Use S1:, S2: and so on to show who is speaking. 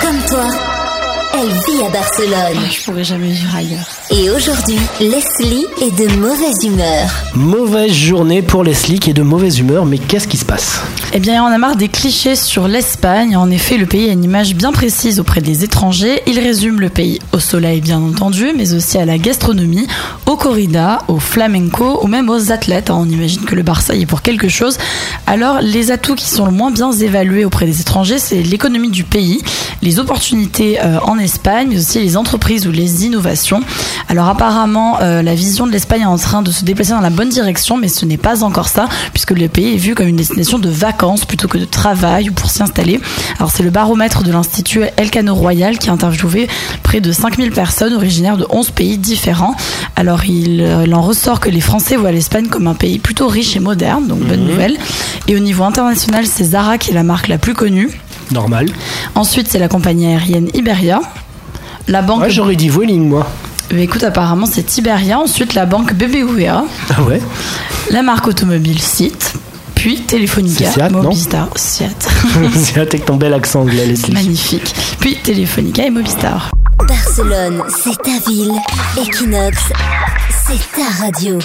S1: Comme toi, elle vit à Barcelone.
S2: Ah, je pourrais jamais vivre ailleurs.
S1: Et aujourd'hui, Leslie est de mauvaise humeur.
S3: Mauvaise journée pour Leslie qui est de mauvaise humeur, mais qu'est-ce qui se passe
S2: Eh bien, on a marre des clichés sur l'Espagne. En effet, le pays a une image bien précise auprès des étrangers. Il résume le pays au soleil, bien entendu, mais aussi à la gastronomie, au corrida, au flamenco ou même aux athlètes. hein. On imagine que le Barça y est pour quelque chose. Alors, les atouts qui sont le moins bien évalués auprès des étrangers, c'est l'économie du pays, les opportunités euh, en Espagne, mais aussi les entreprises ou les innovations. Alors apparemment, euh, la vision de l'Espagne est en train de se déplacer dans la bonne direction, mais ce n'est pas encore ça, puisque le pays est vu comme une destination de vacances plutôt que de travail ou pour s'y installer. Alors c'est le baromètre de l'Institut Elcano Royal qui a interviewé près de 5000 personnes originaires de 11 pays différents. Alors il, euh, il en ressort que les Français voient l'Espagne comme un pays plutôt riche et moderne, donc bonne nouvelle. Et au niveau international, c'est Zara qui est la marque la plus connue.
S3: Normal.
S2: Ensuite, c'est la compagnie aérienne Iberia. La banque.
S3: Ouais, j'aurais dit Vueling, moi.
S2: Mais écoute, apparemment, c'est Tiberia. Ensuite, la banque BBVA.
S3: Ah ouais
S2: E La marque automobile Site. Puis Telefonica.
S3: C'est Seat, non
S2: Mobistar. Seat.
S3: C'est avec ton bel accent anglais, Leslie.
S2: Magnifique. Puis Telefonica et Mobistar.
S1: Barcelone, c'est ta ville. Equinox, c'est ta radio.